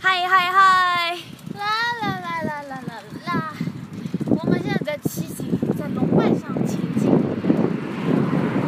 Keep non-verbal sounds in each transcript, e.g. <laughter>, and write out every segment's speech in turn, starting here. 嗨嗨嗨！啦啦啦啦啦啦啦！我们现在在骑行，在龙脉上前进。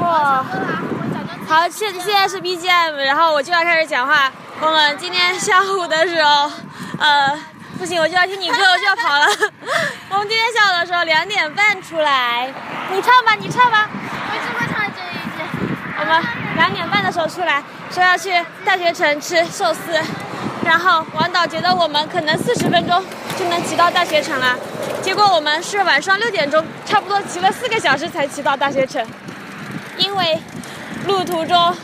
哇，好啦，我讲讲好，现现在是 BGM，然后我就要开始讲话。我们今天下午的时候，呃，不行，我就要听你歌，我就要跑了。 <laughs> 我们今天下午的时候两点半出来，你唱吧，你唱吧。我只会唱这一句。我们两点半的时候出来，说要去大学城吃寿司，然后王导觉得我们可能四十分钟就能骑到大学城了，结果我们是晚上六点钟，差不多骑了四个小时才骑到大学城，因为路途中，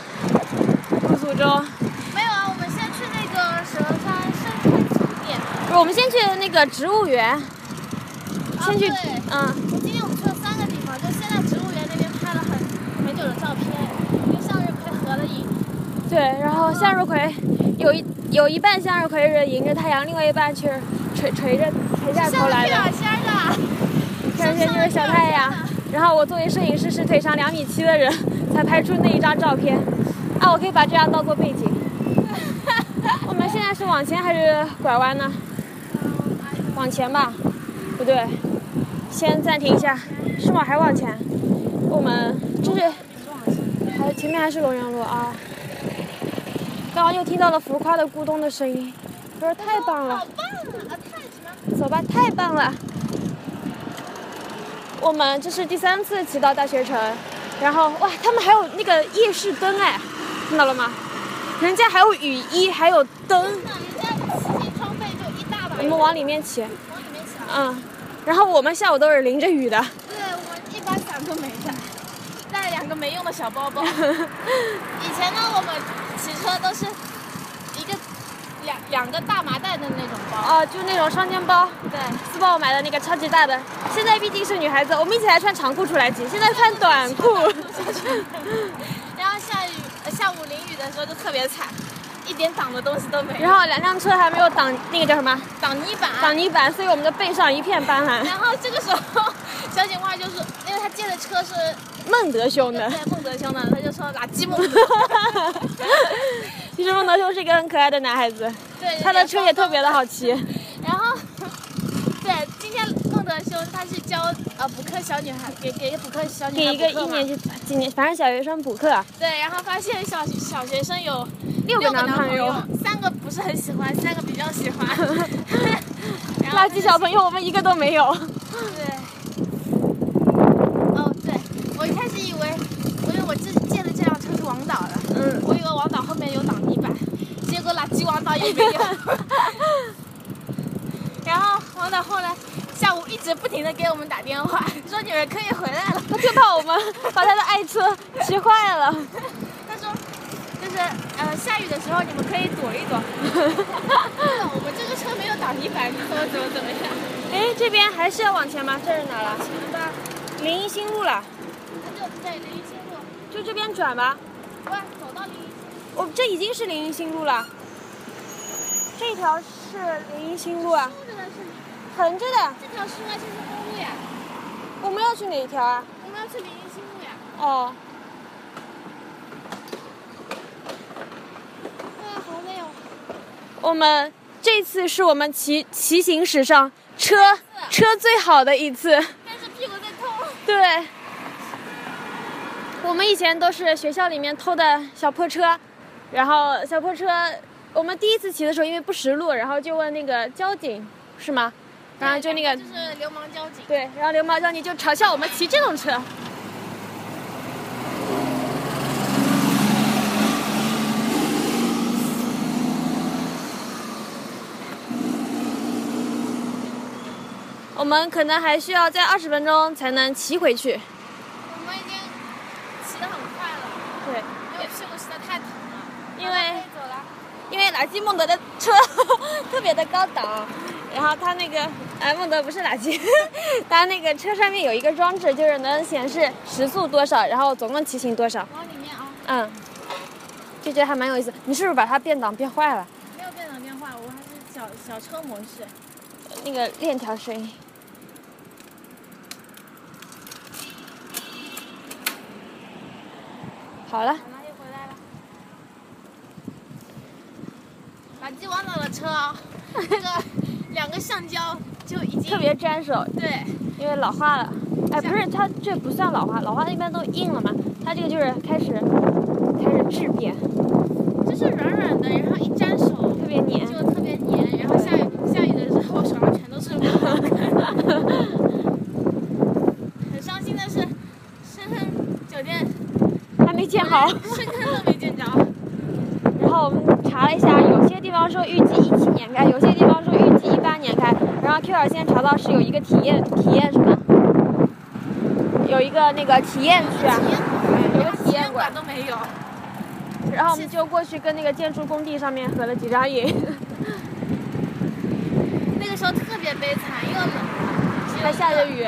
路途中，没有啊，我们先去那个蛇山生态景点。不是我们先去那个植物园，先去，啊对嗯，今天我们去了三个地方，就先在植物园那边拍了很美酒的照片，跟向日葵合了影。对，然后向日葵有一有一半向日葵是迎着太阳，另外一半却是垂垂着垂下头来的。向日葵儿仙儿的。看 <laughs> 上去就是小太阳。然后我作为摄影师是腿长两米七的人， <laughs> 才拍出那一张照片。啊，我可以把这张当做背景。我们现在是往前还是拐弯呢？往前吧，不对，先暂停一下，是往还往前？我们这是还前面还是龙源路啊？刚刚又听到了浮夸的咕咚的声音，我说太棒了好。棒啊！啊，太什么？走吧，太棒了！我们这是第三次骑到大学城，然后哇，他们还有那个夜视灯哎，看到了吗？人家还有雨衣，还有灯。那嗯人家骑进装备就一大把。我们往里面骑，往里面想。嗯，然后我们下午都是淋着雨的，对，我们一把伞都没带，带两个没用的小包 <laughs> 包。以前呢，我们骑车都是一个两两个大麻袋的那种包。哦，就那种双肩包，对，四包我买的那个超级大的。现在毕竟是女孩子，我们以前还穿长裤出来骑，现在穿短裤。 <laughs> <laughs> 然后下雨，呃下午淋雨的时候就特别惨，一点挡的东西都没有，然后两辆车还没有挡那个叫什么挡泥板。挡泥板，所以我们的背上一片斑斓。 <laughs> 然后这个时候，小警官就是因为他借的 <laughs> 车是孟德兄的。对孟德兄的，他就说垃圾孟德。 <laughs> 其实孟德兄是一个很可爱的男孩子，对，他的车也特别的好骑。然后， <laughs> 对，今天孟德兄他去教呃补课小女孩，给给补课小女给孩一个补课一嘛年级、几年，反正小学生补课，对，然后发现小小学生有六个个男朋朋友，三个不是很喜欢，三个比较 <laughs> 喜欢。然后垃圾小朋友我们一个都没有。对。哦，对，我一开始以为，我以为我借借的这辆车是王导的，嗯，我以为王导后面有挡泥板，结果垃圾王导也没 <laughs> 有。然后王导后来下午一直不停的给我们打电话，说你们可以回来了。他就怕我们 <laughs> 把他的爱车骑坏了。他说，就是呃下雨的时候你们可以躲一 <laughs> 躲。我们这个车没有挡泥板，你说怎么怎么样？哎，这边还是要往前吗？这啊是哪了？行吧，临沂新路了，那就对临沂新路，就这边转吧。不是走到临沂新路。我这已经是临沂新路了，这条是临沂新路啊，竖着的是横着的。这条是应该是公路呀，我们要去哪一条啊？我们要去临沂新路呀。哦，啊，好累哦。我们这次是我们骑骑行史上车车最好的一次。但是屁股在痛。对，我们以前都是学校里面偷的小破车，然后小破车，我们第一次骑的时候因为不识路，然后就问那个交警是吗？然后就那个就是流氓交警。对，然后流氓交警就嘲笑我们骑这种车。我们可能还需要在二十分钟才能骑回去。我们已经骑得很快了，对，因为屁股实在太疼了。因慢慢为可以走了。因为垃圾孟德的车 <laughs> 特别的高档，然后它那个哎孟德不是垃 <laughs> 圾，它那个车上面有一个装置，就是能显示时速多少，然后总共骑行多少。往里面啊，嗯，就觉得还蛮有意思。你是不是把它变档变坏了？没有变挡变化，我还是小小车模式。那个链条声音。好了，好了，又回来了。垃圾机往哪了车，哦 <laughs> 这个两个橡胶就已经特别粘手，对因为老化了。哎，不是，它这不算老化，老化一般都硬了嘛，它这个就是开始开始质变，就是软软的，然后一沾手特别黏。就特别黏，然后下雨下雨的时候手上全都是毛。很伤心的是，深坑酒店 <laughs> 还没建好。深坑都没 <laughs> 见着。然后我们查了一下，有些地方说预计一七年开，有些地方说预计一八年开。然后 Q 点先查到是有一个体验体验什么，有一个那个体验区啊。体有个体验馆都没有。然后我们就过去跟那个建筑工地上面合了几张影，那个时候特别悲惨，又冷，只有还下着一个。雨。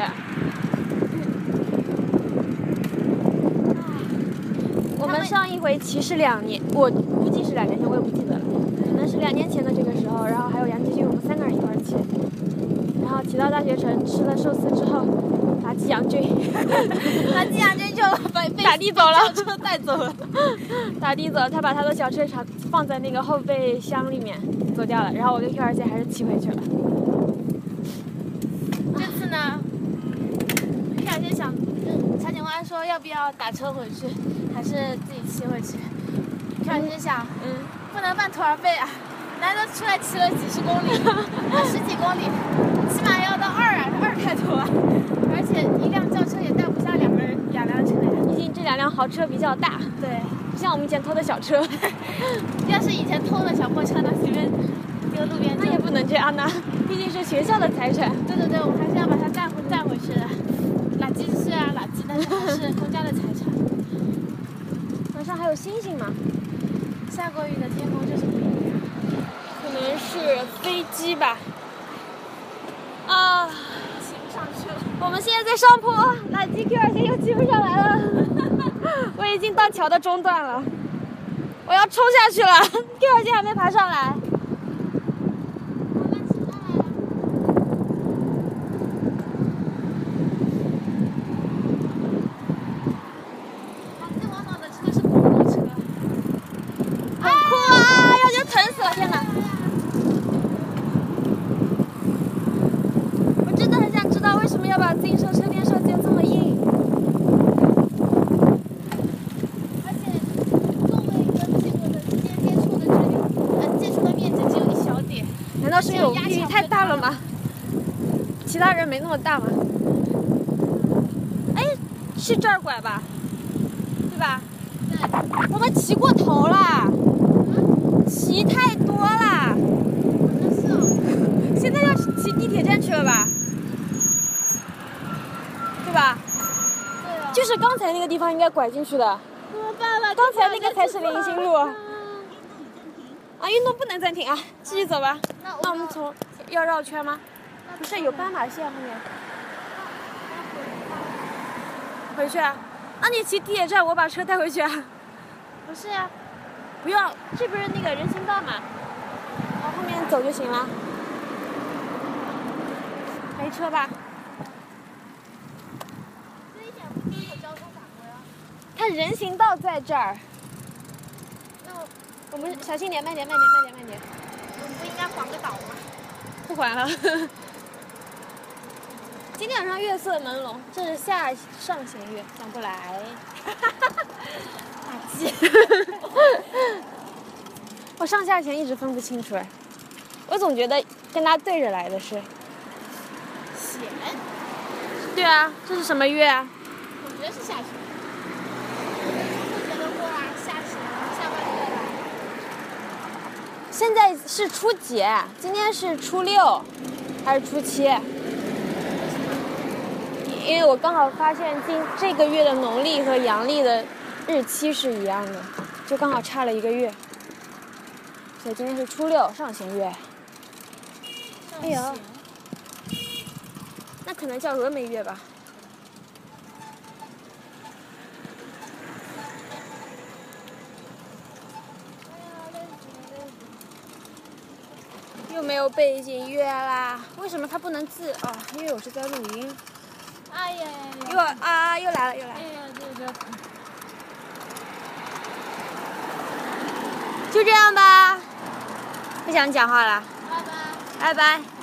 我们上一回骑是两年，我估计是两年前，我也不记得了，可能是两年前的这个时候，然后还有杨继军，我们三个人一块儿骑，然后骑到大学城吃了寿司之后，打击杨军， <laughs> 那季阳军就被被打的走了，车带走了。 <laughs> 打的走了，他把他的小车厂放在那个后备箱里面走掉了，然后我跟 Q 二姐还是骑回去了。这次呢，皮小仙想跟茶警官说要不要打车回去，还是自己骑回去。皮小仙想，嗯，不能半途而废啊！难得出来骑了几十公 <laughs> 里，十几公里，起码要到二啊，二开头啊！而且一辆轿车也带不下两个人，两辆车呀。毕竟这两辆豪车比较大，对，不像我们以前偷的小车， <laughs> 要是以前偷的小破车呢，随便丢路边就那也不能这样呢，啊毕竟是学校的财产。哎对对对，我还是要把它带回带回去的。垃圾虽然垃圾，但是还是公家的财产。晚上还有星星吗？下过雨的天空就是不一样。可能是飞机吧。啊，骑不上去了。我们现在在上坡，垃圾 Q 二线又骑不上来 <laughs> 了，我已经到桥的中段了，我要冲下去了，Q 二线还没爬上来。我们骑上来了。垃圾往哪的车是公路车。很酷啊！让人疼死了，天哪！我真的很想知道为什么要把自行车车垫设计得这么硬。而且作为一个这个的之间接触的距离，呃，接触的面积只有一小点。难道是因为我们地域太大了吗？其他人没那么大吗？哎，是这儿拐吧？对吧？我们骑过头啦，骑太多啦，真是哦，现在要骑地铁站去了吧？对吧？对啊。就是刚才那个地方应该拐进去的。怎么办了？啊刚才那个才是林心路啊，运动不能暂停啊，继续走吧。那那我们从要绕圈吗？不是有斑马线后面。回去啊？那你骑地铁站，我把车带回去啊。不是呀、不用，这不是那个人行道嘛，往后面走就行了。没车吧？这一点不就是有交通法规啊？它人行道在这儿，那我我们小心点，慢点，慢点，慢点，慢点。我们不应该环个岛吗？不管了。 <laughs> 今天晚上月色朦胧，这是下上弦月，想不 <laughs> 来。<laughs> 打击。我上下弦一直分不清楚哎，我总觉得跟它对着来的是。咸，对啊，这是什么月啊？我觉得是下雪。我觉得过啊，下雪，下半月来。现在是初几？今天是初六，还是初七？因为我刚好发现今这个月的农历和阳历的日期是一样的，就刚好差了一个月，所以今天是初六上弦月，哎呦上弦那可能叫峨眉月吧。又没有背景乐啦，为什么它不能字啊、因为我是在录音。哎呀呀又呀！啊，又来了，又来哎了。呀，这个就这样吧，不想讲话了，拜拜拜。拜。